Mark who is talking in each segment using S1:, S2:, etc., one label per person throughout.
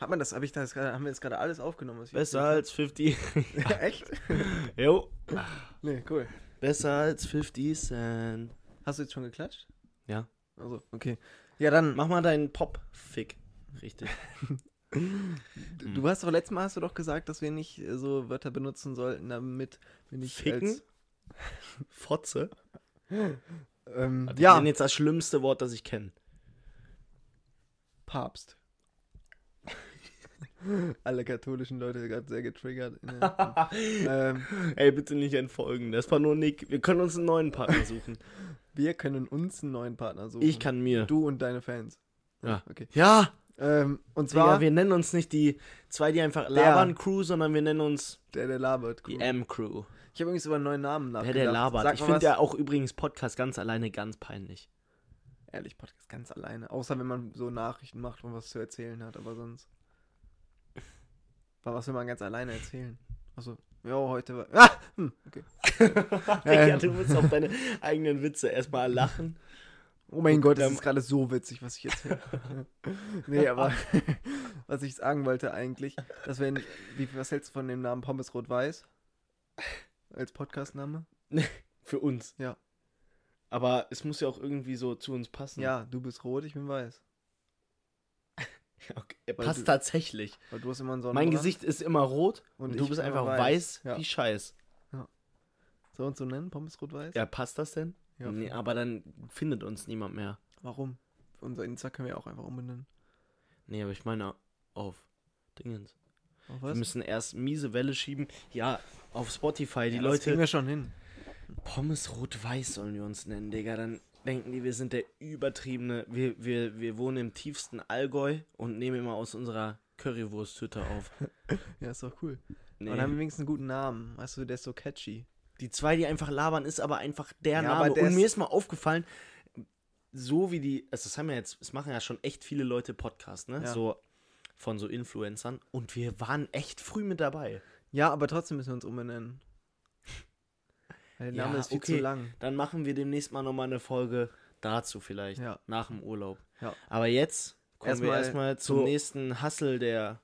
S1: Hat man das, hab ich das gerade- haben wir jetzt gerade alles aufgenommen? was ich
S2: Besser
S1: erzählt
S2: als 50.
S1: habe? Echt?
S2: jo.
S1: Nee, cool.
S2: Besser als 50 Cent.
S1: Hast du jetzt schon geklatscht?
S2: Ja.
S1: Also, okay. Ja, dann,
S2: Mach mal deinen Pop-Fick. Richtig.
S1: du hast doch letztes Mal hast du doch gesagt, dass wir nicht äh, so Wörter benutzen sollten, damit wir nicht
S2: Ficken?
S1: als...
S2: Fotze?
S1: Ähm,
S2: Ich
S1: ja,
S2: nenne jetzt das schlimmste Wort, das ich kenne.
S1: Papst. Alle katholischen Leute gerade sehr getriggert. In der, ähm,
S2: Ey, bitte nicht entfolgen. Das war nur Nick. Wir können uns einen neuen Partner suchen.
S1: wir können uns einen neuen Partner suchen.
S2: Ich kann mir.
S1: Du und deine Fans.
S2: Ja.
S1: Okay.
S2: Ja,
S1: Ähm, und zwar
S2: Digga, wir nennen uns nicht die zwei, die einfach
S1: Der.
S2: labern Crew, sondern wir nennen uns
S1: der, der labert.
S2: die
S1: cool.
S2: M-Crew.
S1: Ich habe übrigens über einen neuen Namen
S2: Der,
S1: nachgedacht.
S2: der labert.
S1: Sag
S2: Ich
S1: mal
S2: finde
S1: was.
S2: ja auch übrigens Podcast ganz alleine ganz peinlich.
S1: Ehrlich, Podcast ganz alleine. Außer wenn man so Nachrichten macht und was zu erzählen hat, aber sonst. Aber was will man ganz alleine erzählen? Achso, ja, heute war. Ah! Hm, okay.
S2: Digga, du musst auf deine eigenen Witze erstmal lachen.
S1: Oh mein Gott, das
S2: Ähm.
S1: ist gerade so witzig, was ich erzähle. nee, aber was ich sagen wollte eigentlich, dass wenn. Wie, was hältst du von dem Namen Pommes Rot-Weiß? Als Podcastname?
S2: Für uns.
S1: Ja.
S2: Aber es muss ja auch irgendwie so zu uns passen.
S1: Ja, du bist rot, ich bin weiß.
S2: Okay. Er
S1: Weil
S2: Passt
S1: du-
S2: tatsächlich.
S1: Weil du hast immer einen
S2: Mein
S1: Sonnenbrand.
S2: Gesicht ist immer rot
S1: und,
S2: und,
S1: ich
S2: du bist
S1: bin
S2: einfach
S1: immer
S2: weiß,
S1: Ja.
S2: wie Scheiß.
S1: So und so nennen, Pommes Rot-Weiß?
S2: Ja, passt das denn?
S1: Ja.
S2: Nee, aber dann findet uns niemand mehr.
S1: Warum? Unser Insta können wir auch einfach umbenennen.
S2: Nee, aber ich meine auf Dingens.
S1: Auf
S2: Wir müssen erst miese Welle schieben. Ja, auf Spotify. Die
S1: Ja, Das kriegen
S2: Leute.
S1: wir schon hin.
S2: Pommes Rot-Weiß sollen wir uns nennen, Digga. Dann denken die, wir sind der übertriebene. Wir, wir, wir wohnen im tiefsten Allgäu und nehmen immer aus unserer Currywurst-Hütte auf.
S1: Ja, ist doch cool.
S2: Nee.
S1: Und dann haben wir wenigstens einen guten Namen. Weißt du, der ist so catchy.
S2: Die zwei, die einfach labern, ist aber einfach der
S1: Ja,
S2: Name.
S1: aber der
S2: und
S1: ist-
S2: mir ist mal aufgefallen, so wie die, also das haben ja jetzt, es machen ja schon echt viele Leute Podcasts, ne?
S1: Ja.
S2: So von so Influencern. Und wir waren echt früh mit dabei.
S1: Ja, aber trotzdem müssen wir uns umbenennen. Weil der
S2: Ja,
S1: Name ist viel
S2: okay.
S1: zu lang.
S2: Dann machen wir demnächst mal nochmal eine Folge dazu vielleicht.
S1: Ja.
S2: Nach dem Urlaub.
S1: Ja.
S2: Aber jetzt kommen wir
S1: Erstmal
S2: erstmal zum
S1: so-
S2: nächsten Hassel der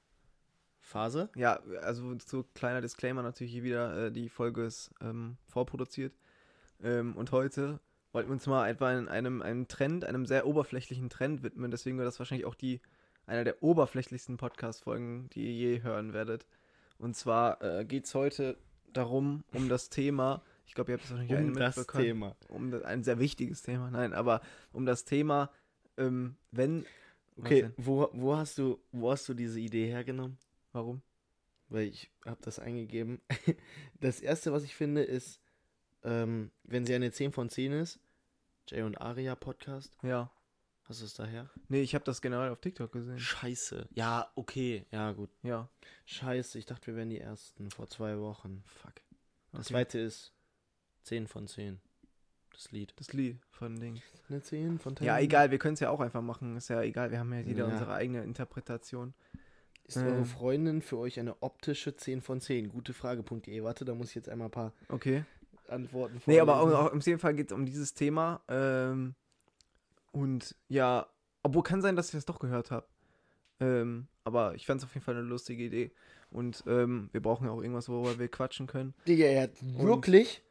S2: Phase.
S1: Ja, also so kleiner Disclaimer natürlich hier wieder, äh, die Folge ist ähm, vorproduziert. Ähm, und heute wollten wir uns mal etwa in einem, einem Trend, einem sehr oberflächlichen Trend widmen. Deswegen wird das wahrscheinlich auch die, einer der oberflächlichsten Podcast-Folgen, die ihr je hören werdet. Und zwar äh, geht es heute darum, um das Thema, ich glaube, ihr habt es wahrscheinlich alle
S2: Um das
S1: mitbekommen.
S2: Thema.
S1: Um das, ein sehr wichtiges Thema, nein, aber um das Thema, ähm, wenn, Was
S2: Okay,
S1: denn?
S2: wo, wo, hast du, wo hast du diese Idee hergenommen?
S1: warum?
S2: weil ich habe das eingegeben. Das erste, was ich finde, ist, ähm, wenn sie eine 10 von 10 ist, Jay und Aria Podcast.
S1: Ja.
S2: Hast du es daher?
S1: Nee, ich habe das generell auf TikTok gesehen.
S2: Scheiße. Ja, okay. Ja, gut.
S1: Ja.
S2: Scheiße, ich dachte, wir wären die ersten vor zwei Wochen.
S1: Fuck.
S2: Das
S1: Okay.
S2: zweite ist 10 von 10. Das Lied.
S1: Das Lied von Ding.
S2: Eine 10 von 10.
S1: Ja, egal, wir können es ja auch einfach machen. Ist ja egal, wir haben ja jeder
S2: Ja.
S1: unsere eigene Interpretation.
S2: Ist eure
S1: Ähm.
S2: Freundin für euch eine optische 10 von 10? Gute Frage.de. Warte, da muss ich jetzt einmal ein paar
S1: Okay.
S2: Antworten
S1: Nee, aber auch,
S2: vorlesen.
S1: auch, auf jeden Fall geht es um dieses Thema. Ähm, und ja, obwohl kann sein, dass ich das doch gehört habe. Ähm, aber ich fand es auf jeden Fall eine lustige Idee. Und ähm, wir brauchen ja auch irgendwas, worüber wir quatschen können.
S2: Digga, er hat wirklich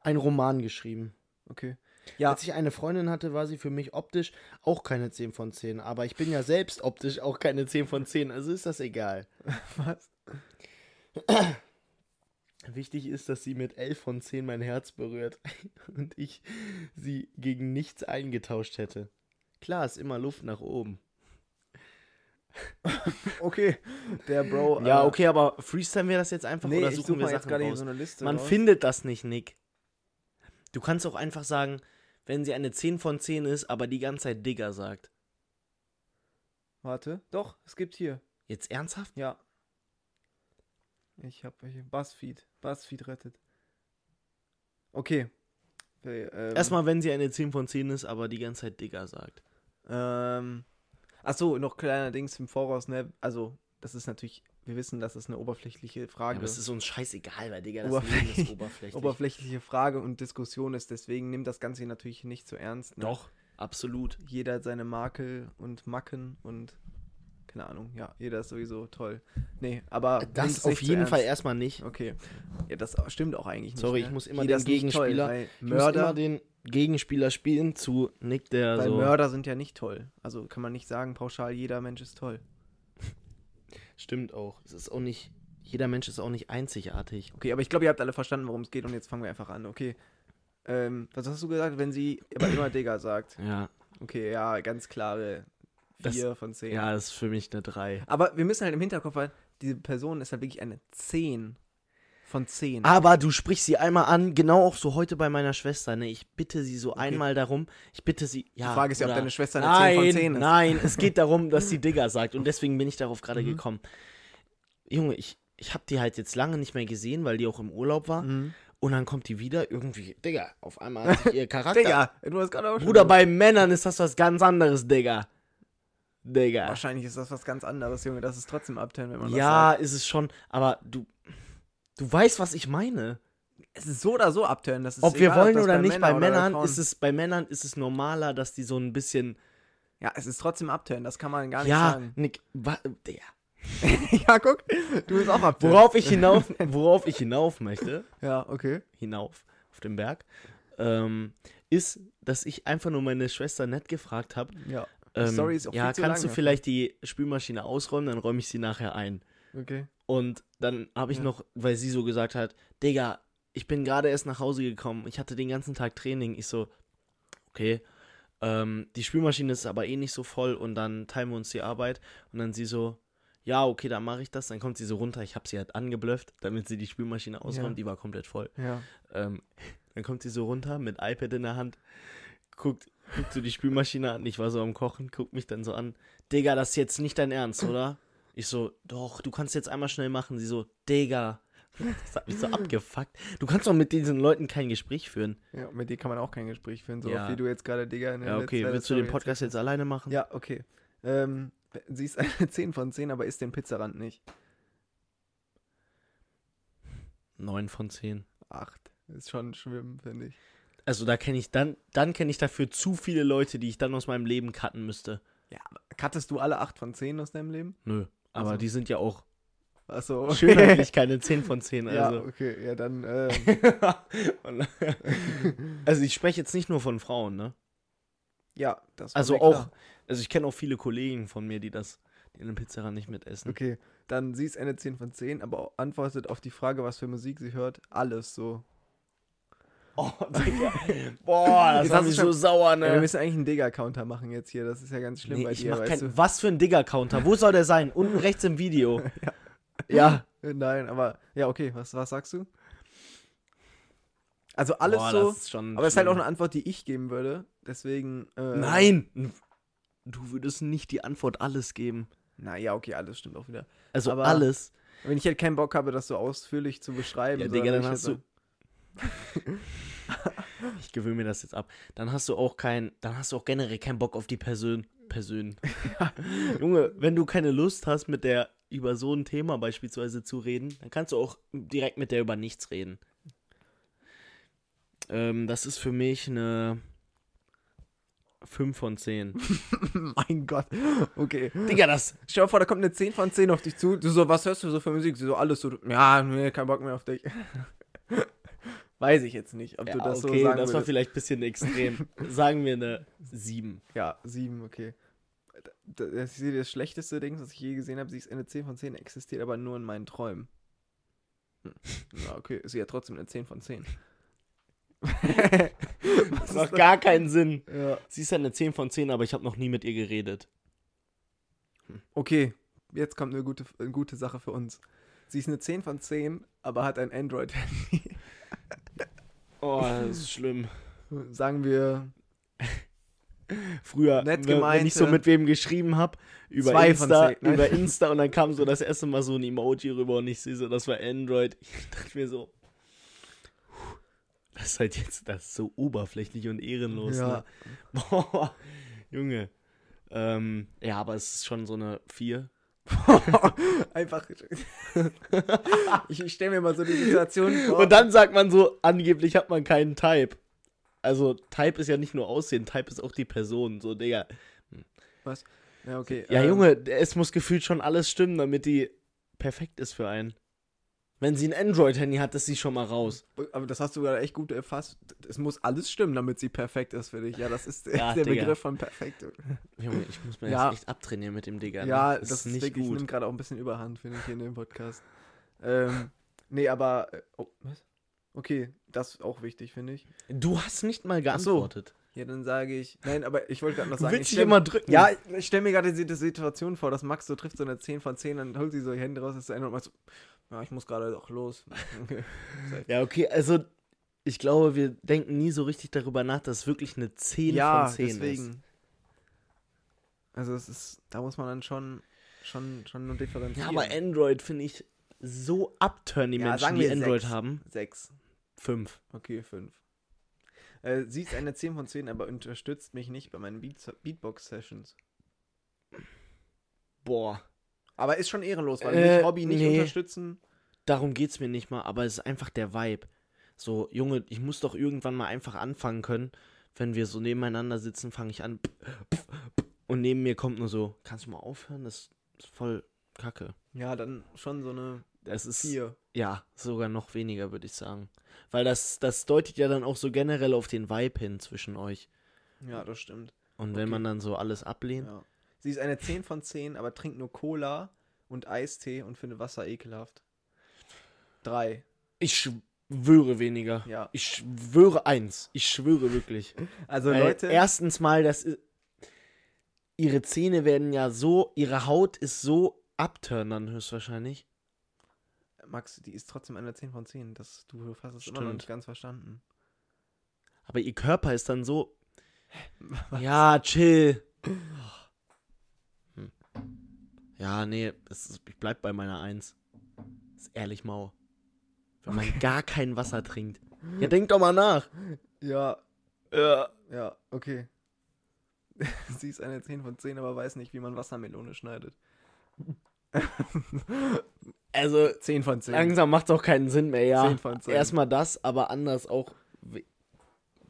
S2: einen Roman geschrieben.
S1: Okay. Ja,
S2: Als ich eine Freundin hatte, war sie für mich optisch auch keine 10 von 10. Aber ich bin ja selbst optisch auch keine 10 von 10, also ist das egal.
S1: was?
S2: Wichtig ist, dass sie mit 11 von 10 mein Herz berührt und ich sie gegen nichts eingetauscht hätte. Klar, ist immer Luft nach oben.
S1: Okay. Der Bro.
S2: Ja,
S1: Alter.
S2: okay, Oh, aber freestylen wir das jetzt einfach
S1: Nee,
S2: oder
S1: ich
S2: suchen
S1: suche
S2: wir
S1: mal jetzt
S2: Sachen
S1: gerade hier
S2: raus?
S1: so eine Liste.
S2: Man
S1: raus.
S2: findet das nicht, Nick. Du kannst auch einfach sagen, wenn sie eine 10 von 10 ist, aber die ganze Zeit Digger sagt.
S1: Warte. Doch, es gibt hier.
S2: Jetzt ernsthaft?
S1: Ja. Ich habe welche. Buzzfeed. Buzzfeed rettet. Okay. Okay, ähm,
S2: Erstmal, wenn sie eine 10 von 10 ist, aber die ganze Zeit Digger sagt.
S1: Ähm, Achso, noch kleiner Dings im Voraus, ne? Also, das ist natürlich. Wir wissen, das ist eine oberflächliche
S2: Ja,
S1: Frage.
S2: aber es ist uns scheißegal, weil, Digga, das
S1: Oberflächlich.
S2: Leben ist oberflächlich.
S1: oberflächliche Frage und Diskussion ist, deswegen nimmt das Ganze natürlich nicht so ernst. Ne?
S2: Doch, absolut.
S1: Jeder hat seine Makel und Macken und keine Ahnung, ja, jeder ist sowieso toll. Nee, aber.
S2: Äh, Das
S1: nimm's
S2: auf
S1: nicht zu
S2: jeden Fall
S1: ernst.
S2: erstmal nicht.
S1: Okay. Ja, das stimmt auch eigentlich nicht.
S2: Sorry,
S1: ne?
S2: ich muss immer
S1: Jeder
S2: den
S1: ist nicht toll,
S2: Gegenspieler-
S1: weil
S2: Ich muss immer
S1: Mörder,
S2: den Gegenspieler spielen zu Nick, der
S1: weil
S2: so.
S1: Mörder sind ja nicht toll. Also kann man nicht sagen, pauschal, jeder Mensch ist toll.
S2: Stimmt auch. Es ist auch nicht. Jeder Mensch ist auch nicht einzigartig.
S1: Okay, aber ich glaube, ihr habt alle verstanden, worum es geht und jetzt fangen wir einfach an. Okay. Ähm, was hast du gesagt, wenn sie aber immer Digger sagt?
S2: Ja.
S1: Okay, ja, ganz klare
S2: Das-
S1: 4 von 10.
S2: Ja, das ist für mich eine 3.
S1: Aber wir müssen halt im Hinterkopf halten, diese Person ist halt wirklich eine 10 von 10.
S2: Aber du sprichst sie einmal an, genau auch so heute bei meiner Schwester. Ne? Ich bitte sie so einmal darum. Ich bitte sie. Ja,
S1: Die Frage ist ja, ob
S2: oder-
S1: deine Schwester eine
S2: Nein,
S1: 10 von 10 ist.
S2: nein, es geht darum, dass sie Digger sagt. Und deswegen bin ich darauf
S1: Mhm.
S2: gerade gekommen. Junge, ich, ich habe die halt jetzt lange nicht mehr gesehen, weil die auch im Urlaub war.
S1: Mhm.
S2: Und dann kommt die wieder irgendwie, Digga, auf einmal hat sich ihr Charakter.
S1: Digga, du hast gerade auch schon
S2: Bruder,
S1: gesagt.
S2: bei Männern ist das was ganz anderes, Digga. Digga.
S1: Wahrscheinlich ist das was ganz anderes, Junge. Das ist trotzdem Upturn, wenn man
S2: Ja, ist es schon, aber du, du weißt, was ich meine.
S1: das sagt. Es ist so oder so Upturn. Das ist
S2: Ob wir
S1: egal, ob
S2: wollen
S1: das
S2: oder nicht, bei
S1: Männern oder
S2: Männern
S1: Frauen-
S2: ist es, bei Männern ist es normaler, dass die so ein bisschen.
S1: Ja, es ist trotzdem Upturn. Das kann man gar nicht
S2: Ja,
S1: sagen.
S2: Nick, wa, Digga.
S1: ja, guck. Du bist auch Upturn.
S2: Worauf ich hinauf, worauf ich hinauf möchte,
S1: Ja, okay.
S2: hinauf, auf den Berg, ähm, ist, dass ich einfach nur meine Schwester nett gefragt habe.
S1: Ja. Die
S2: Ähm,
S1: Story ist auch
S2: ja,
S1: viel zu ne? lang.
S2: kannst du vielleicht die Spülmaschine ausräumen, dann räume ich sie nachher ein.
S1: Okay.
S2: Und dann habe ich
S1: Ja.
S2: noch, weil sie so gesagt hat, Digga, ich bin gerade erst nach Hause gekommen, ich hatte den ganzen Tag Training. Ich so, okay, ähm, die Spülmaschine ist aber eh nicht so voll und dann teilen wir uns die Arbeit. Und dann sie so, ja, okay, dann mache ich das. Dann kommt sie so runter, ich habe sie halt angeblöfft, damit sie die Spülmaschine ausräumt, die war komplett voll.
S1: Ja.
S2: Ähm, dann kommt sie so runter mit iPad in der Hand, guckt, guckt so die Spülmaschine an. Ich war so am Kochen, guckt mich dann so an. Digga, das ist jetzt nicht dein Ernst, oder? Ich so, doch, du kannst jetzt einmal schnell machen. Sie so, Digga. Das hat mich so abgefuckt. Du kannst doch mit diesen Leuten kein Gespräch führen.
S1: ja. Mit dir kann man auch kein Gespräch führen, so
S2: Ja.
S1: oft wie du jetzt gerade Digga in der
S2: Ja, okay,
S1: letzten-
S2: willst du den
S1: Story
S2: Podcast jetzt alleine machen?
S1: Ja, okay. Ähm, sie ist eine 10 von 10, aber isst den Pizzarand nicht.
S2: 9 von 10.
S1: 8. Ist schon schwimmen, finde ich.
S2: Also da kenne ich dann, dann kenne ich dafür zu viele Leute, die ich dann aus meinem Leben cutten müsste.
S1: Kattest du alle 8 von 10 aus deinem Leben?
S2: Nö. Aber
S1: Also.
S2: die sind ja auch
S1: Achso.
S2: okay. schönheitlich keine 10 von 10.
S1: Ja,
S2: Also.
S1: okay. Ja, dann. ähm,
S2: Und- also ich spreche jetzt nicht nur von Frauen, ne?
S1: ja, das war
S2: Also
S1: mir
S2: auch,
S1: klar.
S2: also ich kenne auch viele Kollegen von mir, die das die in der Pizzeria nicht mitessen.
S1: Okay. Dann sie ist eine 10 von 10, aber auch antwortet auf die Frage, was für Musik sie hört, alles so.
S2: Oh, Digga. Boah, das
S1: Jetzt
S2: war
S1: hast du
S2: mich
S1: schon-
S2: so sauer,
S1: Ja, wir
S2: ne?
S1: müssen eigentlich einen Digger-Counter machen jetzt hier. Das ist ja ganz schlimm
S2: nee,
S1: bei
S2: ich
S1: dir,
S2: mach
S1: weißt
S2: keinen. Was für ein Digger-Counter? Wo soll der sein? Unten rechts im Video. ja.
S1: du? Äh, Nein, aber ja, okay. Was, was sagst du? Also alles
S2: Boah,
S1: so.
S2: Das ist schon
S1: Aber es ist halt auch
S2: schlimm.
S1: eine Antwort, die ich geben würde. Deswegen. Äh,
S2: Nein! Du würdest nicht die Antwort alles geben.
S1: Naja, okay, alles stimmt auch wieder.
S2: Also
S1: Aber-
S2: alles.
S1: Wenn ich halt keinen Bock habe, das so ausführlich zu beschreiben.
S2: Ja,
S1: sondern
S2: Digga, dann
S1: ich
S2: hast
S1: jetzt-
S2: du. ich gewöhne mir das jetzt ab. Dann hast du auch kein, dann hast du auch generell keinen Bock auf die Person. Person. Junge, wenn du keine Lust hast, mit der über so ein Thema beispielsweise zu reden, dann kannst du auch direkt mit der über nichts reden. Ähm, das ist für mich eine 5 von 10.
S1: Mein Gott. Okay.
S2: Digga, das.
S1: Stell dir vor, da kommt eine 10 von 10 auf dich zu. Du so, was hörst du so für Musik? Sie so, alles so, ja, nee, kein Bock mehr auf dich. Weiß ich jetzt nicht, ob du das
S2: okay,
S1: so sagen
S2: das war
S1: würdest.
S2: vielleicht ein bisschen extrem. Sagen wir eine 7.
S1: Ja, 7, okay. D- Das ist das schlechteste Ding, was ich je gesehen habe. Sie ist eine 10 von 10, existiert aber nur in meinen Träumen. Hm. Ja, okay, ist ja trotzdem eine 10 von 10.
S2: Das macht gar keinen Sinn.
S1: Ja.
S2: Sie ist eine 10 von 10, aber ich habe noch nie mit ihr geredet.
S1: Okay, jetzt kommt eine gute, eine gute Sache für uns. Sie ist eine 10 von 10, aber hat ein Android-Handy.
S2: Oh, das ist schlimm.
S1: Sagen wir
S2: Früher,
S1: Nett
S2: wenn, wenn ich so
S1: gemeinte-
S2: mit wem geschrieben habe, über,
S1: Zwei von
S2: Insta,
S1: 10, ne?
S2: über Insta und dann kam so das erste Mal so ein Emoji rüber und ich sehe so, das war Android. Ich dachte mir so, puh, das ist halt jetzt das ist so oberflächlich und ehrenlos. Ne?
S1: Ja.
S2: Boah, Junge. Ähm, ja, aber es ist schon so eine 4.
S1: einfach. ich stelle mir mal so die Situation vor.
S2: Und dann sagt man so, angeblich hat man keinen Type. Also, Type ist ja nicht nur Aussehen, Type ist auch die Person. So, Digga.
S1: was? Ja, okay.
S2: Ja,
S1: ähm,
S2: Junge, es muss gefühlt schon alles stimmen, damit die perfekt ist für einen. Wenn sie ein Android-Handy hat, ist sie schon mal raus.
S1: Aber das hast du gerade echt gut erfasst. Es muss alles stimmen, damit sie perfekt ist für dich. Ja, das ist
S2: Ja,
S1: der
S2: Digga.
S1: Begriff von perfekt.
S2: Junge, ich muss mir
S1: Ja.
S2: das echt abtrainieren mit dem Digga.
S1: Ja,
S2: ne?
S1: das, ist nicht gut. nimmt gerade auch ein bisschen Überhand, finde ich, hier in dem Podcast. ähm, nee, aber. äh, Oh, was? Okay, das ist auch wichtig, finde ich.
S2: Du hast nicht mal
S1: so.
S2: geantwortet.
S1: Ja, dann sage ich. Nein, aber ich wollte gerade noch
S2: Du
S1: sagen.
S2: willst
S1: ich
S2: dich
S1: stell-
S2: immer drücken.
S1: Ja, ich stelle mir gerade diese Situation vor, dass Max so trifft so eine 10 von 10, dann holt sie so ihr Handy raus, ist zu Ende und macht so, ja, ich muss gerade auch los.
S2: Ja, okay, also ich glaube, wir denken nie so richtig darüber nach, dass es wirklich eine 10
S1: ja,
S2: von 10
S1: deswegen.
S2: ist.
S1: Also es ist, da muss man dann schon, schon, schon nur
S2: Ja,
S1: differenzieren.
S2: aber Android finde ich so abturn, die
S1: Ja,
S2: Menschen,
S1: sagen
S2: die
S1: wir
S2: Android
S1: sechs.
S2: haben.
S1: 6.
S2: Fünf.
S1: Okay, 5. Äh, sie ist eine 10 von 10, aber unterstützt mich nicht bei meinen Beats- Beatbox-Sessions.
S2: Boah.
S1: Aber ist schon ehrenlos, weil
S2: Äh,
S1: mich Hobby nicht
S2: nee.
S1: unterstützen.
S2: Darum geht's mir nicht mal, aber es ist einfach der Vibe. So, Junge, ich muss doch irgendwann mal einfach anfangen können. Wenn wir so nebeneinander sitzen, fange ich an. Und neben mir kommt nur so, kannst du mal aufhören? Das ist voll kacke.
S1: Ja, dann schon so eine
S2: Das ist.
S1: 4.
S2: Ja, sogar noch weniger, würde ich sagen. Weil das, das deutet ja dann auch so generell auf den Vibe hin zwischen euch.
S1: Ja, das stimmt.
S2: Und wenn
S1: Okay.
S2: man dann so alles ablehnt.
S1: Ja. Sie ist eine 10 von 10, aber trinkt nur Cola und Eistee und findet Wasser ekelhaft. Drei.
S2: Ich schwöre weniger.
S1: Ja.
S2: Ich schwöre eins. Ich schwöre wirklich.
S1: Also
S2: Weil
S1: Leute,
S2: Erstens mal, das i- ihre Zähne werden ja so, ihre Haut ist so abturnern höchstwahrscheinlich.
S1: Max, die ist trotzdem eine 10 von 10. Das, du hast es immer noch
S2: Stimmt.
S1: nicht ganz verstanden.
S2: Aber ihr Körper ist dann so. Ja, chill. Hm. Ja, nee, das ist, ich bleib bei meiner Eins. Ist ehrlich mau. Wenn man gar kein Wasser trinkt. Ja, denk doch mal nach.
S1: Ja,
S2: Ja.
S1: ja, okay. Sie ist eine 10 von 10, aber weiß nicht, wie man Wassermelone schneidet.
S2: Also,
S1: 10 von 10.
S2: langsam macht's auch keinen Sinn mehr, ja.
S1: Zehn von zehn.
S2: Erstmal das, aber anders auch.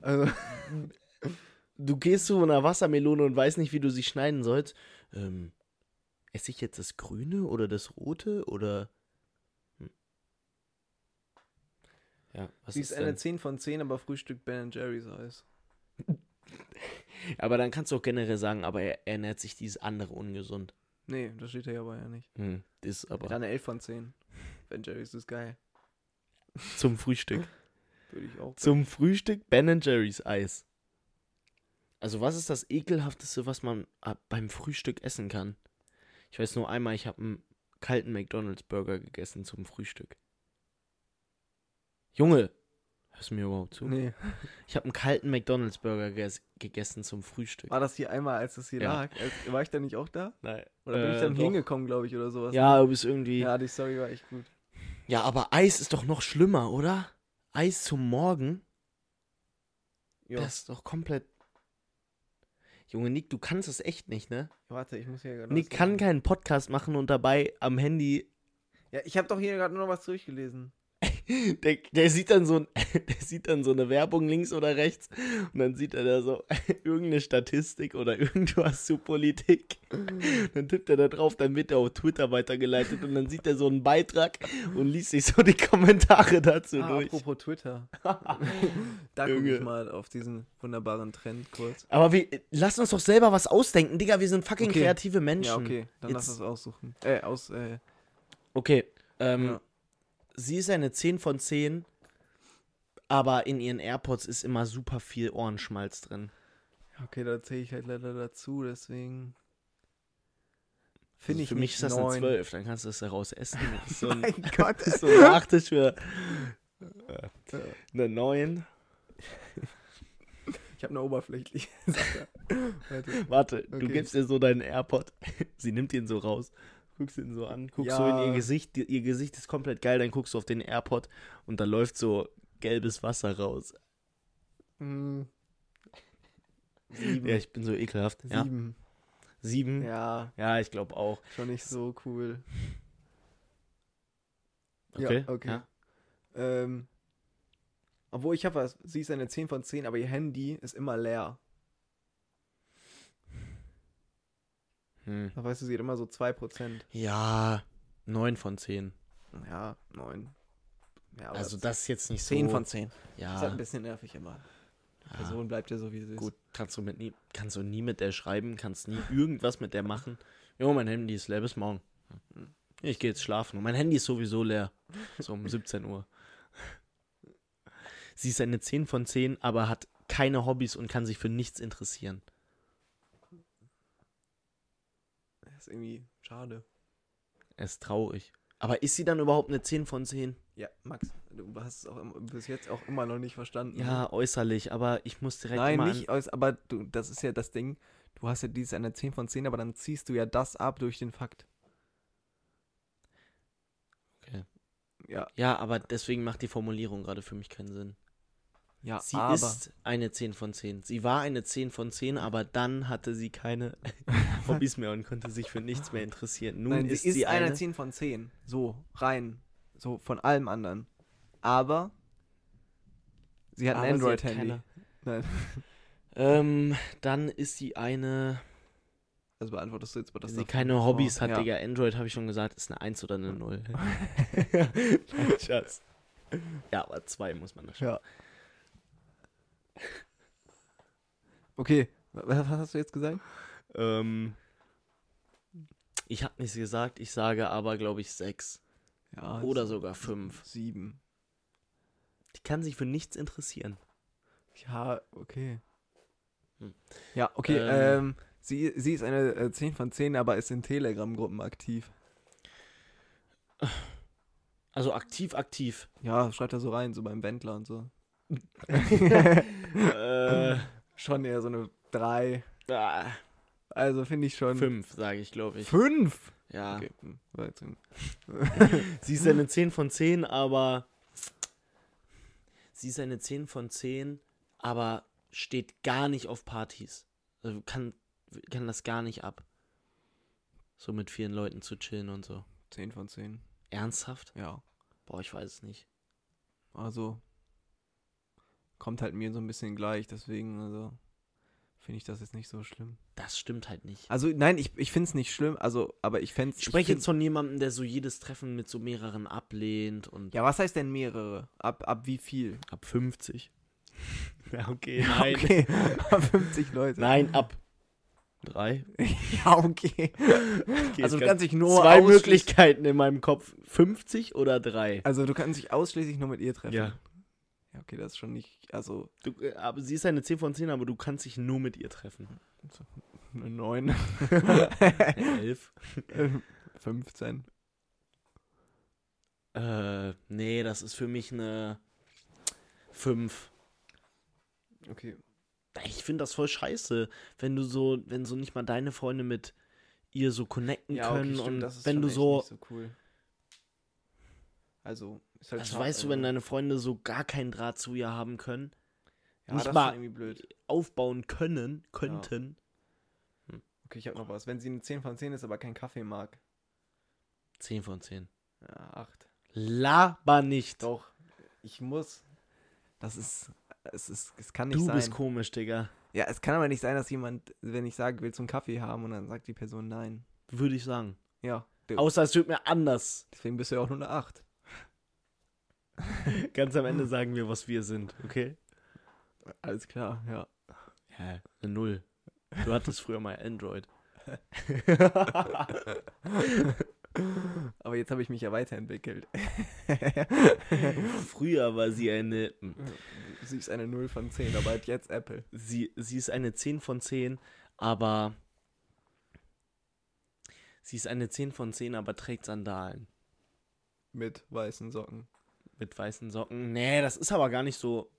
S1: Also,
S2: Du gehst zu einer Wassermelone und weißt nicht, wie du sie schneiden sollst. Ähm, esse ich jetzt das Grüne oder das Rote oder. Hm. Ja, was
S1: sie
S2: ist
S1: ist eine
S2: denn?
S1: 10 von 10, aber Frühstück Ben Jerry's Eis.
S2: Aber dann kannst du auch generell sagen, aber er ernährt sich dieses andere ungesund.
S1: Nee, das steht hier aber ja nicht.
S2: Hm, ist aber
S1: Dann eine 11 von 10. Ben Jerry's ist geil.
S2: zum Frühstück.
S1: Würde ich auch.
S2: Zum Frühstück Ben Jerry's Eis. Also was ist das ekelhafteste, was man äh, beim Frühstück essen kann? Ich weiß nur einmal, ich habe einen kalten McDonald's Burger gegessen zum Frühstück. Junge, hörst du mir überhaupt zu?
S1: Nee.
S2: Ich habe einen kalten McDonald's Burger ges gegessen zum Frühstück.
S1: War das hier einmal, als das hier
S2: Ja.
S1: lag? Als, war ich da nicht auch da?
S2: Nein. Äh,
S1: Oder bin ich dann
S2: doch.
S1: hingekommen, glaube ich, oder sowas?
S2: Ja, du bist irgendwie
S1: Ja, die Story war echt gut.
S2: Ja, aber Eis ist doch noch schlimmer, oder? Eis zum Morgen?
S1: Jo.
S2: Das ist doch komplett. Junge, Nick, du kannst es echt nicht, ne?
S1: Warte, ich muss hier gerade.
S2: Nick
S1: was
S2: kann
S1: suchen.
S2: keinen Podcast machen und dabei am Handy.
S1: Ja, ich habe doch hier gerade nur noch was durchgelesen.
S2: Der, der, sieht dann so ein, der sieht dann so eine Werbung links oder rechts und dann sieht er da so irgendeine Statistik oder irgendwas zu Politik.
S1: Mhm.
S2: Dann tippt er da drauf, dann wird er auf Twitter weitergeleitet und dann sieht er so einen Beitrag und liest sich so die Kommentare dazu
S1: Ah,
S2: durch.
S1: apropos Twitter. da gucke ich
S2: Junge.
S1: mal auf diesen wunderbaren Trend kurz.
S2: Aber wir, lass uns doch selber was ausdenken, Digga. Wir sind fucking
S1: Okay.
S2: kreative Menschen.
S1: Ja, okay, dann lass
S2: Jetzt-
S1: uns aussuchen. Äh, aus, äh,
S2: Okay. Ähm,
S1: Ja.
S2: Sie ist eine 10 von 10, aber in ihren AirPods ist immer super viel Ohrenschmalz drin.
S1: okay, da zähle ich halt leider dazu, deswegen. Finde
S2: also
S1: ich
S2: für mich ist
S1: nicht
S2: das eine
S1: neun.
S2: 12, dann kannst du das daraus essen. Das ist so ein,
S1: Mein Gott.
S2: das ist so ein Nachtisch für eine 9.
S1: Ich habe eine oberflächliche Sache. Warte.
S2: Warte, du
S1: Okay.
S2: gibst ihr so deinen AirPod, sie nimmt ihn so raus, guckst ihn so an, guckst so
S1: Ja.
S2: in ihr Gesicht, ihr ihr Gesicht ist komplett geil, dann guckst du auf den AirPod und da läuft so gelbes Wasser raus.
S1: Hm. Sieben.
S2: Ja, ich bin so ekelhaft. Ja,
S1: Sieben.
S2: sieben. Ja,
S1: Ja.
S2: ich glaube auch.
S1: Schon nicht so cool. Ja,
S2: Okay.
S1: okay.
S2: Ja.
S1: Ähm, obwohl ich habe was. Sie ist eine 10 von 10, aber ihr Handy ist immer leer.
S2: Hm.
S1: Da weißt du, es geht immer so 2%.
S2: Ja, 9 von 10.
S1: Ja, 9. Ja, aber
S2: Also das ist jetzt nicht so.
S1: 10 von 10. Das ist halt
S2: Ja,
S1: ein bisschen nervig, aber die
S2: Ja.
S1: Person bleibt ja so, wie sie ist.
S2: gut, kannst du, mit nie, kannst du nie mit der schreiben, kannst nie irgendwas mit der machen. Jo, mein Handy ist leer bis morgen. Ich gehe jetzt schlafen und mein Handy ist sowieso leer. So um 17 Uhr. Sie ist eine 10 von 10, aber hat keine Hobbys und kann sich für nichts interessieren.
S1: Das ist irgendwie schade.
S2: Es ist traurig. Aber ist sie dann überhaupt eine 10 von 10?
S1: Ja, Max, du hast es auch im- bis jetzt auch immer noch nicht verstanden. ne?
S2: Ja, äußerlich, aber ich muss direkt
S1: Nein,
S2: immer
S1: nicht, aus, aber du, das ist ja das Ding. Du hast ja dieses eine 10 von 10, aber dann ziehst du ja das ab durch den Fakt.
S2: Okay.
S1: Ja,
S2: An, ja, aber deswegen macht die Formulierung gerade für mich keinen Sinn.
S1: ja,
S2: Sie
S1: aber.
S2: ist eine 10 von 10. Sie war eine 10 von 10, aber dann hatte sie keine Hobbys mehr und konnte sich für nichts mehr interessieren. Nun
S1: Nein,
S2: ist
S1: sie ist
S2: eine,
S1: eine 10 von 10. So, rein. So, von allem anderen. Aber sie hat
S2: aber
S1: ein
S2: sie
S1: Android-Handy.
S2: keine-
S1: Nein.
S2: Ähm, dann ist sie eine,
S1: Also beantwortest du jetzt mal das
S2: wenn sie
S1: davor.
S2: keine Hobbys hat,
S1: ja.
S2: Digga. Android, habe ich schon gesagt, ist eine 1 oder eine 0. Schatz. Ja, aber 2 muss man da schon.
S1: Ja. Okay, wa- was hast du jetzt gesagt?
S2: Ähm, ich habe nichts gesagt, ich sage aber, glaube ich, 6
S1: Ja,
S2: oder sogar 5.
S1: 7.
S2: Die kann sich für nichts interessieren.
S1: Ja, okay.
S2: Hm.
S1: Ja, okay. Ähm,
S2: Ähm.
S1: sie, sie ist eine äh, 10 von 10, aber ist in Telegram-Gruppen aktiv.
S2: Also aktiv, aktiv.
S1: Ja, schreibt er so rein, so beim Wendler und so.
S2: äh,
S1: Schon eher so eine 3.
S2: ah,
S1: Also finde ich schon.
S2: ähm, fünf, Ah. sage ich, glaube ich.
S1: 5?
S2: Ja.
S1: Okay. hm, war jetzt ein-
S2: Sie ist eine 10 von 10, aber. Sie ist eine 10 von 10, aber steht gar nicht auf Partys. Also kann, kann das gar nicht ab. So mit vielen Leuten zu chillen und so.
S1: 10 von 10.
S2: Ernsthaft?
S1: Ja.
S2: Boah, ich weiß es nicht.
S1: Also kommt halt mir so ein bisschen gleich, deswegen also finde ich das jetzt nicht so schlimm.
S2: Das stimmt halt nicht.
S1: Also nein, ich, ich finde es nicht schlimm, also aber ich fände
S2: Ich spreche jetzt von jemandem, der so jedes Treffen mit so mehreren ablehnt und
S1: Ja, was heißt denn mehrere? Ab, ab wie viel?
S2: ab 50. Ja, okay, nein.
S1: Okay, ab 50 Leute.
S2: Nein, ab 3.
S1: Ja, okay. also du kannst dich nur
S2: zwei
S1: ausschließ-
S2: Möglichkeiten in meinem Kopf. 50 oder 3?
S1: Also du kannst dich ausschließlich nur mit ihr treffen.
S2: Ja.
S1: Ja, okay, das ist schon nicht, also
S2: Du, äh, aber sie ist eine 10 von 10, aber du kannst dich nur mit ihr treffen.
S1: eine 9,
S2: Eine 11?
S1: 15.
S2: äh, nee, das ist für mich eine 5.
S1: Okay.
S2: Ich finde das voll scheiße, wenn du so, wenn so nicht mal deine Freunde mit ihr so connecten können und wenn du so,
S1: so cool. Also, ist halt
S2: also
S1: schade,
S2: weißt du, wenn deine Freunde so gar keinen Draht zu ihr haben können,
S1: Ja,
S2: Nicht
S1: das
S2: mal-
S1: ist schon irgendwie blöd.
S2: aufbauen können, könnten,
S1: Okay, ich hab noch was. Wenn sie eine 10 von 10 ist, aber keinen Kaffee mag.
S2: 10 von 10.
S1: Ja, 8.
S2: Laber nicht.
S1: Doch, ich muss. Das ist. Es, ist, es kann nicht
S2: Du
S1: sein.
S2: bist komisch, Digga.
S1: ja, es kann aber nicht sein, dass jemand, wenn ich sage, willst du einen Kaffee haben und dann sagt die Person nein.
S2: Würde ich sagen.
S1: Ja, du-
S2: Außer es wird mir anders.
S1: deswegen bist du ja auch nur eine 8.
S2: Ganz am Ende sagen wir, was wir sind, okay?
S1: Alles klar, ja.
S2: Ja, eine Null. Du hattest früher mal Android.
S1: Aber jetzt habe ich mich ja weiterentwickelt.
S2: Früher war sie eine. hm,
S1: sie ist eine 0 von 10, aber hat jetzt Apple.
S2: Sie, sie ist eine 10 von 10, aber. Sie ist eine 10 von 10, aber trägt Sandalen.
S1: Mit weißen Socken.
S2: Mit weißen Socken. Nee, das ist aber gar nicht so.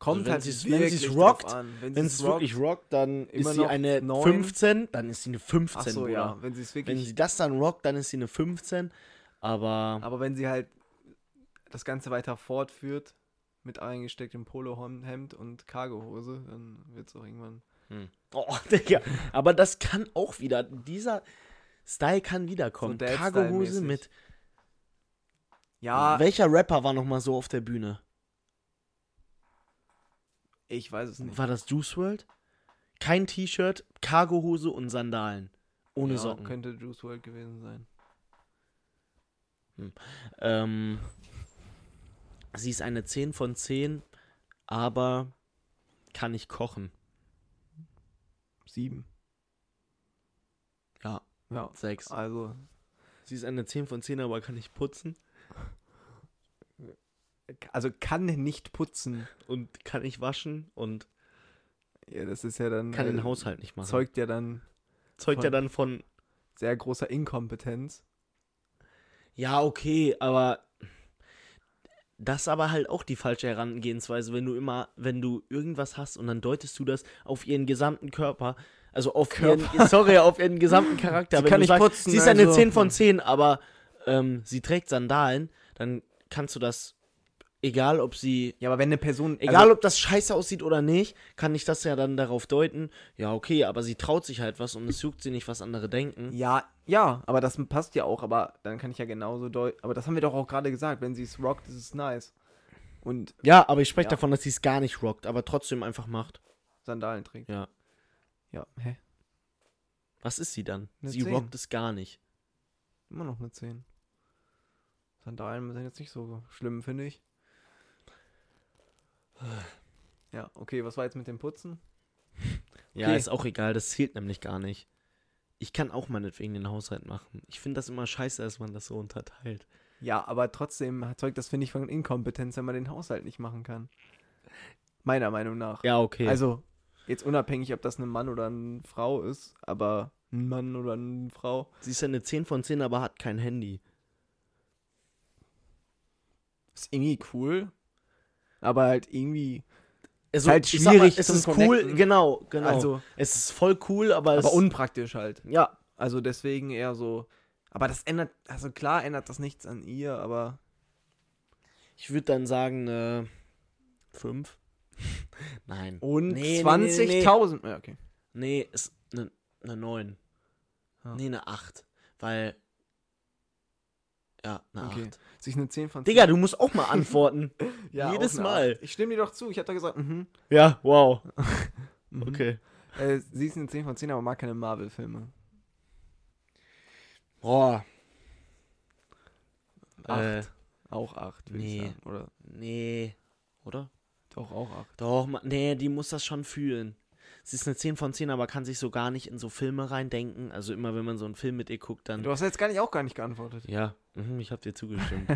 S1: Kommt
S2: wenn
S1: halt
S2: sie's- wenn
S1: wirklich
S2: sie's
S1: drauf
S2: rockt,
S1: an. Wenn,
S2: Wenn
S1: sie's
S2: es
S1: rockt-
S2: wirklich rockt, dann
S1: immer
S2: ist sie
S1: noch
S2: eine
S1: neun.
S2: 15, dann ist sie eine 15,
S1: Ach so,
S2: Bruder.
S1: ja. Wenn sie es wirklich.
S2: Wenn sie das dann rockt, dann ist sie eine 15. Aber
S1: aber wenn sie halt das Ganze weiter fortführt, mit eingestecktem Polohemd und Cargohose, dann wird es auch irgendwann.
S2: Oh, Digga. Aber das kann auch wieder, dieser Style kann wiederkommen.
S1: So Dad-Style-mäßig.
S2: Cargohose mit.
S1: Ja,
S2: Welcher Rapper war nochmal so auf der Bühne?
S1: ich weiß es nicht.
S2: War das Juice World? Kein T-Shirt, Cargohose und Sandalen. Ohne
S1: ja,
S2: Socken.
S1: Könnte Juice World gewesen sein.
S2: Ähm, sie ist eine 10 von 10, aber kann nicht kochen.
S1: Sieben.
S2: Ja.
S1: Ja.
S2: 6.
S1: Also,
S2: Sie ist eine 10 von 10, aber kann nicht putzen
S1: also kann nicht putzen.
S2: und kann nicht waschen und
S1: Ja, das ist ja dann.
S2: kann
S1: äh,
S2: den Haushalt nicht machen.
S1: Zeugt ja dann
S2: Zeugt ja
S1: von-
S2: dann von,
S1: sehr großer Inkompetenz.
S2: ja, okay, aber das ist aber halt auch die falsche Herangehensweise, wenn du immer, wenn du irgendwas hast und dann deutest du das auf ihren gesamten Körper, also auf ihren, sorry, auf ihren gesamten Charakter.
S1: Sie
S2: wenn
S1: kann
S2: du
S1: nicht putzen,
S2: sie ist eine
S1: also-
S2: 10 von 10, aber ähm, sie trägt Sandalen, dann kannst du das, egal ob sie
S1: Ja, aber wenn eine Person. also
S2: Egal, ob das scheiße aussieht oder nicht, kann ich das ja dann darauf deuten, ja, okay, aber sie traut sich halt was und es juckt sie nicht, was andere denken.
S1: Ja, ja, aber das passt ja auch, aber dann kann ich ja genauso deutlich. Aber das haben wir doch auch gerade gesagt, wenn sie es rockt, ist es nice. Und
S2: Ja, aber ich spreche
S1: Ja.
S2: davon, dass sie es gar nicht rockt, aber trotzdem einfach macht.
S1: Sandalen trägt.
S2: Ja.
S1: Ja, hä?
S2: Was ist sie dann?
S1: Eine
S2: sie
S1: 10.
S2: rockt es gar nicht.
S1: Immer noch eine 10. Sandalen sind jetzt nicht so schlimm, finde ich. Ja, okay, was war jetzt mit dem Putzen?
S2: Ja,
S1: Okay.
S2: ist auch egal, das zählt nämlich gar nicht. Ich kann auch meinetwegen den Haushalt machen. Ich finde das immer scheiße, dass man das so unterteilt.
S1: Ja, aber trotzdem zeugt das, finde ich, von Inkompetenz, wenn man den Haushalt nicht machen kann. Meiner Meinung nach.
S2: Ja, okay.
S1: Also, jetzt unabhängig, ob das ein Mann oder eine Frau ist, aber ein Mann oder eine Frau.
S2: sie ist ja eine 10 von 10, aber hat kein Handy.
S1: Ist irgendwie cool. Aber halt irgendwie.
S2: Also,
S1: halt
S2: ich sag
S1: schwierig
S2: mal, es
S1: zum
S2: ist cool,
S1: Connecten.
S2: genau, genau.
S1: Also,
S2: es ist voll cool, aber, es
S1: aber unpraktisch halt.
S2: ja,
S1: Also deswegen eher so. Aber das ändert, also klar ändert das nichts an ihr, aber
S2: Ich würde dann sagen, äh, fünf. Nein.
S1: und
S2: Nee, nee,
S1: 20.000. Ja, okay.
S2: Nee, ist eine ne neun.
S1: Ah.
S2: Nee, eine acht. Weil. Ja, eine
S1: Okay.
S2: acht.
S1: Sich eine 10 von 10.
S2: Digga, du musst auch mal antworten.
S1: Ja, auch
S2: jedes
S1: eine
S2: Mal.
S1: Acht. Ich stimme dir doch zu. Ich hab doch gesagt, mhm.
S2: ja, wow.
S1: mhm.
S2: Okay.
S1: Äh, sie ist eine 10 von 10, aber mag keine Marvel-Filme.
S2: Boah.
S1: Acht.
S2: Äh,
S1: Auch 8, würde
S2: nee.
S1: ich sagen. Oder
S2: nee. Oder?
S1: doch auch 8.
S2: Doch, ma- nee, die muss das schon fühlen. Sie ist eine 10 von 10, aber kann sich so gar nicht in so Filme reindenken. Also immer, wenn man so einen Film mit ihr guckt, dann
S1: Du hast jetzt gar nicht auch gar nicht geantwortet.
S2: Ja, mhm, ich hab dir zugestimmt.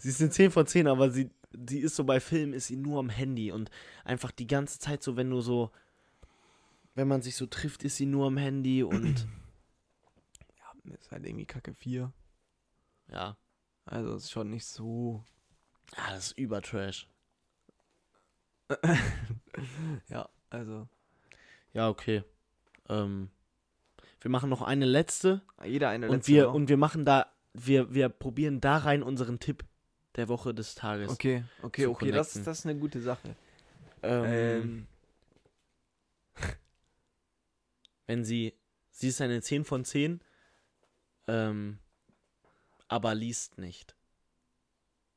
S2: sie ist eine 10 von 10, aber sie, die ist so bei Filmen, ist sie nur am Handy und einfach die ganze Zeit so, wenn du so, wenn man sich so trifft, ist sie nur am Handy und
S1: Ja, ist halt irgendwie Kacke 4.
S2: ja,
S1: Also ist schon nicht so.
S2: ah, das ist übertrash.
S1: Ja, also.
S2: Ja, okay. Ähm, wir machen noch eine letzte,
S1: Jeder eine
S2: und
S1: letzte
S2: wir
S1: noch.
S2: und wir machen da, wir, wir probieren da rein unseren Tipp der Woche des Tages.
S1: Okay, okay,
S2: zu
S1: okay. Das,
S2: connecten.
S1: das ist eine gute Sache.
S2: Ähm,
S1: Ähm,
S2: wenn sie, sie ist eine 10 von 10, ähm, aber liest nicht.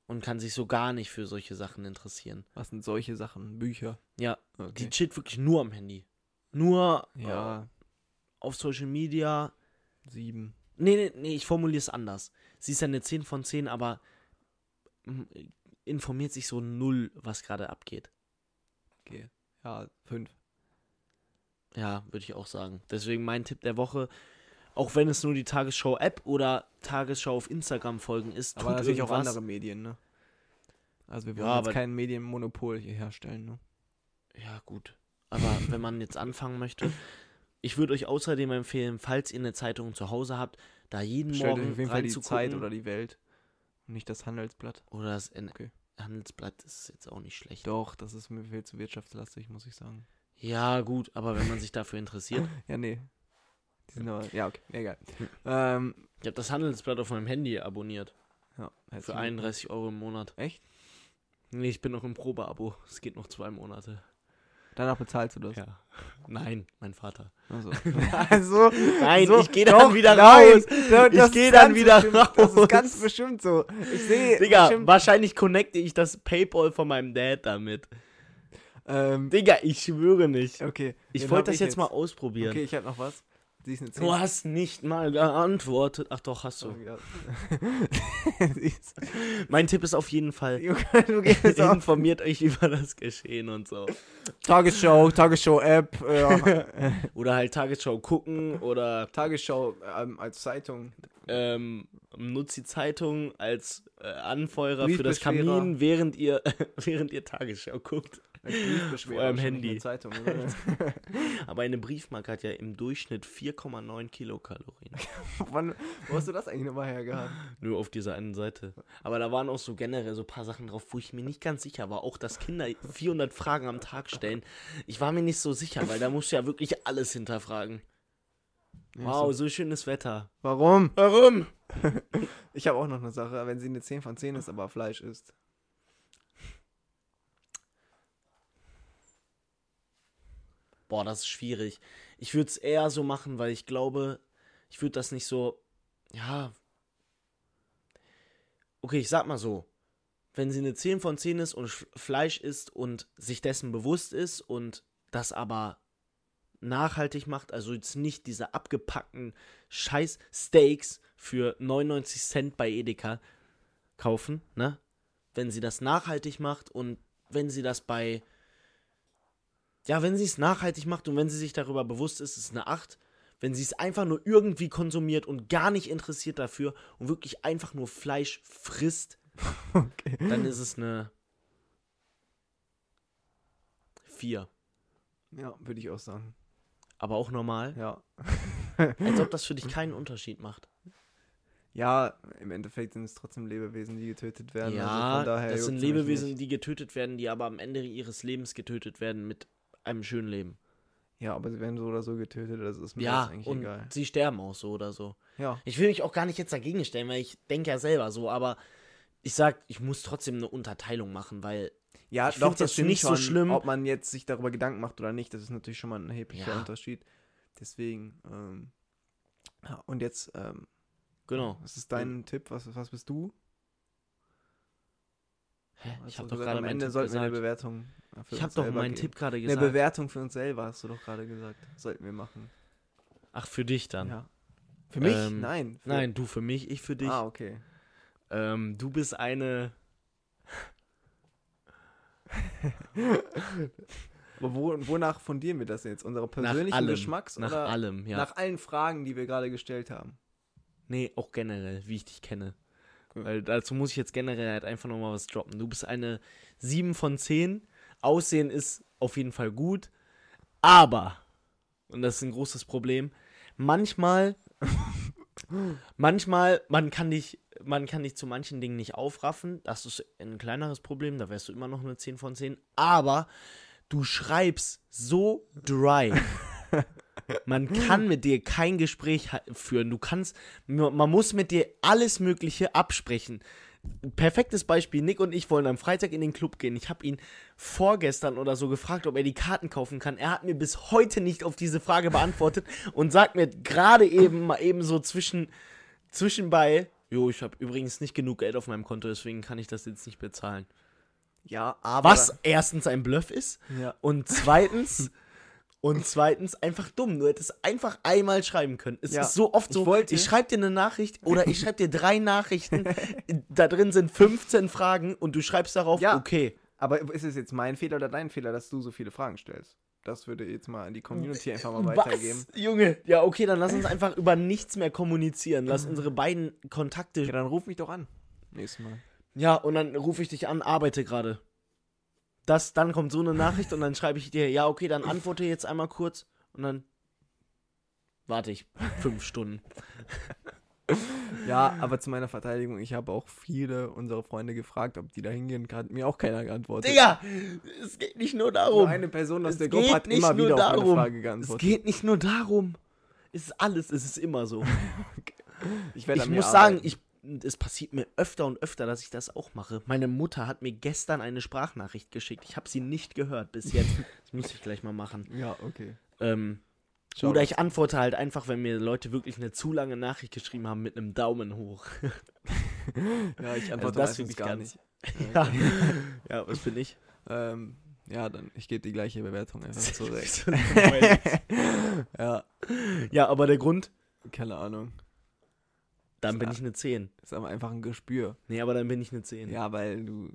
S2: Und kann sich so gar nicht für solche Sachen interessieren.
S1: was sind solche Sachen? Bücher.
S2: Ja,
S1: Okay.
S2: die chillt wirklich nur am Handy. Nur äh,
S1: ja,
S2: auf Social Media.
S1: sieben.
S2: Nee, nee, nee, ich formuliere es anders. Sie ist eine 10 von 10, aber mm, informiert sich so null, was gerade abgeht.
S1: Okay. Ja, fünf.
S2: Ja, würde ich auch sagen. Deswegen mein Tipp der Woche, auch wenn es nur die Tagesschau-App oder Tagesschau auf Instagram folgen ist,
S1: Aber
S2: tut
S1: natürlich auch
S2: irgendwas.
S1: andere Medien, ne? Also wir
S2: Ja,
S1: wollen
S2: aber-
S1: jetzt kein Medienmonopol hier herstellen, ne?
S2: Ja, gut. Aber wenn man jetzt anfangen möchte, ich würde euch außerdem empfehlen, falls ihr eine Zeitung zu Hause habt, da jeden
S1: Stellt euch
S2: Morgen
S1: auf jeden Fall die Zeit oder
S2: die
S1: die Welt. Und nicht das Handelsblatt.
S2: oder das N
S1: Okay.
S2: Handelsblatt ist jetzt auch nicht schlecht.
S1: Doch, das ist mir viel zu wirtschaftslastig, muss ich sagen.
S2: Ja, gut, aber wenn man sich dafür interessiert.
S1: Ja, nee. Die sind aber, ja, okay, egal. ähm,
S2: Ich habe das Handelsblatt auf meinem Handy abonniert.
S1: ja,
S2: Für
S1: herzlichen-
S2: 31 Euro im Monat.
S1: Echt?
S2: Nee, ich bin noch im Probeabo. Es geht noch zwei Monate.
S1: Danach bezahlst du das.
S2: Ja. Nein, mein Vater.
S1: Also, also
S2: Nein,
S1: so,
S2: ich gehe dann
S1: doch,
S2: wieder
S1: nein,
S2: raus.
S1: da-
S2: Ich
S1: das
S2: geh
S1: ist
S2: dann
S1: ganz
S2: wieder
S1: bestimmt, Das
S2: raus.
S1: ist ganz bestimmt so. Ich sehe
S2: Digga,
S1: bestimmt,
S2: wahrscheinlich connecte ich das PayPal von meinem Dad damit.
S1: ähm,
S2: Digga, ich schwöre nicht.
S1: okay.
S2: Ich
S1: wen
S2: wollte
S1: Ähm, hab
S2: das jetzt mal ausprobieren.
S1: Okay, ich habe noch was. Sie ist eine 10.
S2: Du hast nicht mal geantwortet. Ach doch, hast
S1: Oh,
S2: du.
S1: ja. Sie ist-
S2: Mein Tipp ist auf jeden Fall,
S1: Junge, du gehst auf.
S2: informiert euch über das Geschehen und so.
S1: Tagesschau, äh, Tagesschau-App,
S2: Oder halt Tagesschau gucken oder
S1: Tagesschau ähm, als Zeitung.
S2: ähm, nutzt die Zeitung als äh, Anfeuerer für das
S1: Briefbeschwerer.
S2: Kamin, während ihr, während ihr Tagesschau guckt.
S1: Als Briefbeschwerer,
S2: Vor eurem
S1: schon
S2: Handy.
S1: nicht mehr Zeitung, oder?
S2: Aber eine Briefmarke hat ja im Durchschnitt 4,9 Kilokalorien.
S1: Wann, wo hast du das eigentlich nochmal hergehabt?
S2: Nur auf dieser einen Seite. Aber da waren auch so generell so ein paar Sachen drauf, wo ich mir nicht ganz sicher war. Auch, dass Kinder 400 Fragen am Tag stellen. Ich war mir nicht so sicher, weil da musst du ja wirklich alles hinterfragen. Wow, so schönes Wetter.
S1: Warum?
S2: Warum?
S1: Ich habe auch noch eine Sache, wenn sie eine 10 von 10 ist, aber Fleisch ist.
S2: Boah, das ist schwierig. Ich würde es eher so machen, weil ich glaube, ich würde das nicht so. Ja. Okay, ich sag mal so. Wenn sie eine 10 von 10 ist und Sch- Fleisch isst und sich dessen bewusst ist und das aber nachhaltig macht, also jetzt nicht diese abgepackten Scheiß-Steaks für 99 Cent bei Edeka kaufen, ne? Wenn sie das nachhaltig macht und wenn sie das bei ja, wenn sie es nachhaltig macht und wenn sie sich darüber bewusst ist, ist es eine 8. Wenn sie es einfach nur irgendwie konsumiert und gar nicht interessiert dafür und wirklich einfach nur Fleisch frisst,
S1: Okay.
S2: dann ist es eine 4.
S1: Ja, würde ich auch sagen.
S2: Aber auch normal.
S1: Ja.
S2: Als ob das für dich keinen Unterschied macht.
S1: Ja, im Endeffekt sind es trotzdem Lebewesen, die getötet werden. also
S2: Ja,
S1: von daher
S2: das
S1: juckt's
S2: sind
S1: mich
S2: Lebewesen,
S1: nicht.
S2: die getötet werden, die aber am Ende ihres Lebens getötet werden mit einem schönen Leben.
S1: Ja, aber sie werden so oder so getötet, das ist mir jetzt
S2: Ja,
S1: eigentlich
S2: und
S1: egal.
S2: sie sterben auch so oder so.
S1: Ja.
S2: Ich will mich auch gar nicht jetzt dagegen stellen, weil ich denke ja selber so, aber ich sag, ich muss trotzdem eine Unterteilung machen, weil
S1: Ja,
S2: Ich
S1: doch, das
S2: find's jetzt
S1: stimmt
S2: nicht so
S1: schon,
S2: schlimm.
S1: Ob man jetzt sich darüber Gedanken macht oder nicht, das ist natürlich schon mal ein erheblicher
S2: Ja.
S1: Unterschied. Deswegen, ähm, ja, und jetzt, ähm,
S2: genau.
S1: was ist dein Tipp? Was, was bist du?
S2: Hä?
S1: Hast
S2: Ich
S1: du
S2: habe
S1: gesagt,
S2: doch gerade
S1: Also, am
S2: meinen
S1: Ende
S2: Tipp
S1: sollten wir eine
S2: gesagt.
S1: Bewertung äh, für
S2: Ich habe
S1: uns
S2: doch
S1: selber
S2: meinen
S1: geben.
S2: Tipp gerade
S1: Eine
S2: gesagt.
S1: Bewertung für uns selber hast du doch gerade gesagt. Sollten wir machen.
S2: Ach, für dich dann.
S1: Ja. Für mich?
S2: Ähm,
S1: Nein. Für
S2: Nein, du für mich, ich für dich.
S1: Ah, okay.
S2: Ähm, du bist eine.
S1: Aber wo, wonach fundieren wir das jetzt? Unsere
S2: Nach
S1: persönlichen
S2: allem,
S1: Geschmacks
S2: Nach
S1: oder
S2: allem, ja.
S1: nach allen Fragen, die wir gerade gestellt haben?
S2: nee, auch generell, wie ich dich kenne.
S1: Gut.
S2: Weil dazu muss ich jetzt generell halt einfach nochmal was droppen. Du bist eine 7 von 10. Aussehen ist auf jeden Fall gut. Aber, und das ist ein großes Problem, manchmal, manchmal, man kann dich, man kann dich zu manchen Dingen nicht aufraffen. Das ist ein kleineres Problem, da wärst du immer noch eine 10 von 10. Aber du schreibst so dry. Man kann mit dir kein Gespräch ha- führen. Du kannst, man man muss mit dir alles Mögliche absprechen. Ein Perfektes Beispiel: Nick und ich wollen am Freitag in den Club gehen. Ich habe ihn vorgestern oder so gefragt, ob er die Karten kaufen kann. Er hat mir bis heute nicht auf diese Frage beantwortet und sagt mir gerade eben mal eben so zwischen zwischenbei: Jo, ich habe übrigens nicht genug Geld auf meinem Konto, deswegen kann ich das jetzt nicht bezahlen.
S1: Ja, aber.
S2: Was erstens ein Bluff ist
S1: Ja.
S2: und zweitens. Und zweitens einfach dumm. Du hättest einfach einmal schreiben können. Es
S1: Ja,
S2: ist so oft
S1: ich
S2: so, ich,
S1: wollte-
S2: schreibe dir eine Nachricht oder ich schreibe dir drei Nachrichten. da drin sind 15 Fragen und du schreibst darauf,
S1: Ja.
S2: okay.
S1: Aber ist es jetzt mein Fehler oder dein Fehler, dass du so viele Fragen stellst? Das würde ich jetzt mal an die Community einfach mal weitergeben.
S2: Äh, Was? Junge. Ja, okay, dann lass uns einfach über nichts mehr kommunizieren. Lass unsere beiden Kontakte.
S1: Ja, dann ruf mich doch an. Nächstes Mal.
S2: Ja, und dann rufe ich dich an, arbeite gerade. Das, dann kommt so eine Nachricht und dann schreibe ich dir, ja, okay, dann antworte jetzt einmal kurz und dann warte ich fünf Stunden.
S1: Ja, aber zu meiner Verteidigung, ich habe auch viele unserer Freunde gefragt, ob die da hingehen. Hat mir auch keiner geantwortet.
S2: Digga, es geht nicht nur
S1: Nur
S2: darum.
S1: eine Person aus
S2: um. Es
S1: der Gruppe
S2: geht
S1: hat
S2: nicht
S1: immer
S2: nur
S1: wieder auf
S2: darum.
S1: meine Frage
S2: es
S1: geantwortet.
S2: geht nicht nur darum. Es ist alles, es ist immer so.
S1: Ich,
S2: Ich muss sagen, ich, es passiert mir öfter und öfter, dass ich das auch mache. Meine Mutter hat mir gestern eine Sprachnachricht geschickt. Ich habe sie nicht gehört bis jetzt. Das muss ich gleich mal machen.
S1: Ja, okay.
S2: Ähm, oder ich antworte halt einfach, wenn mir Leute wirklich eine zu lange Nachricht geschrieben haben, mit einem Daumen hoch.
S1: ja, ich
S2: Also
S1: antworte meistens
S2: das finde ich
S1: gar
S2: ganz-
S1: nicht.
S2: ja. ja, was bin ich?
S1: Ähm, Ja, dann ich gebe die gleiche Bewertung einfach zurück.
S2: ja. ja, aber der Grund,
S1: Keine Ahnung.
S2: dann bin ich eine 10.
S1: Ist aber einfach ein Gespür.
S2: Nee, aber dann bin ich eine 10.
S1: Ja, weil du.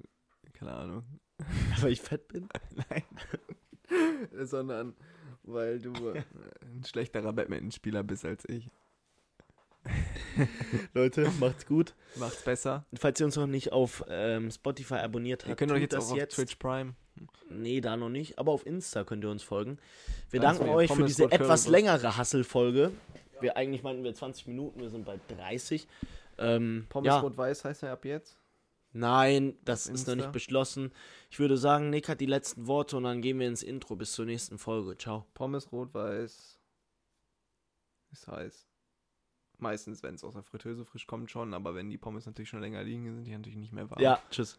S1: Keine Ahnung.
S2: Weil ich fett bin?
S1: Sondern weil du äh, ein schlechterer Badmintonspieler bist als ich.
S2: Leute, macht's gut.
S1: Macht's besser.
S2: Falls ihr uns noch nicht auf ähm, Spotify abonniert habt,
S1: Ihr könnt euch
S2: tut
S1: jetzt
S2: das
S1: auch auf Twitch Prime.
S2: Nee, da noch nicht, aber auf Insta könnt ihr uns folgen. Wir
S1: Ganz
S2: danken
S1: ruhig,
S2: euch für
S1: Pommes
S2: diese
S1: Podcast.
S2: etwas längere Hasselfolge. Wir eigentlich meinten wir 20 Minuten, wir sind bei 30. Ähm,
S1: Pommes
S2: ja,
S1: Rot-Weiß heißt er ab jetzt.
S2: nein, das ist
S1: Insta.
S2: noch nicht beschlossen. Ich würde sagen, Nick hat die letzten Worte und dann gehen wir ins Intro. Bis zur nächsten Folge. Ciao.
S1: Pommes Rot-Weiß ist heiß. Meistens, wenn es aus der Fritteuse frisch kommt, schon. Aber wenn die Pommes natürlich schon länger liegen, sind die natürlich nicht mehr warm.
S2: Ja, tschüss.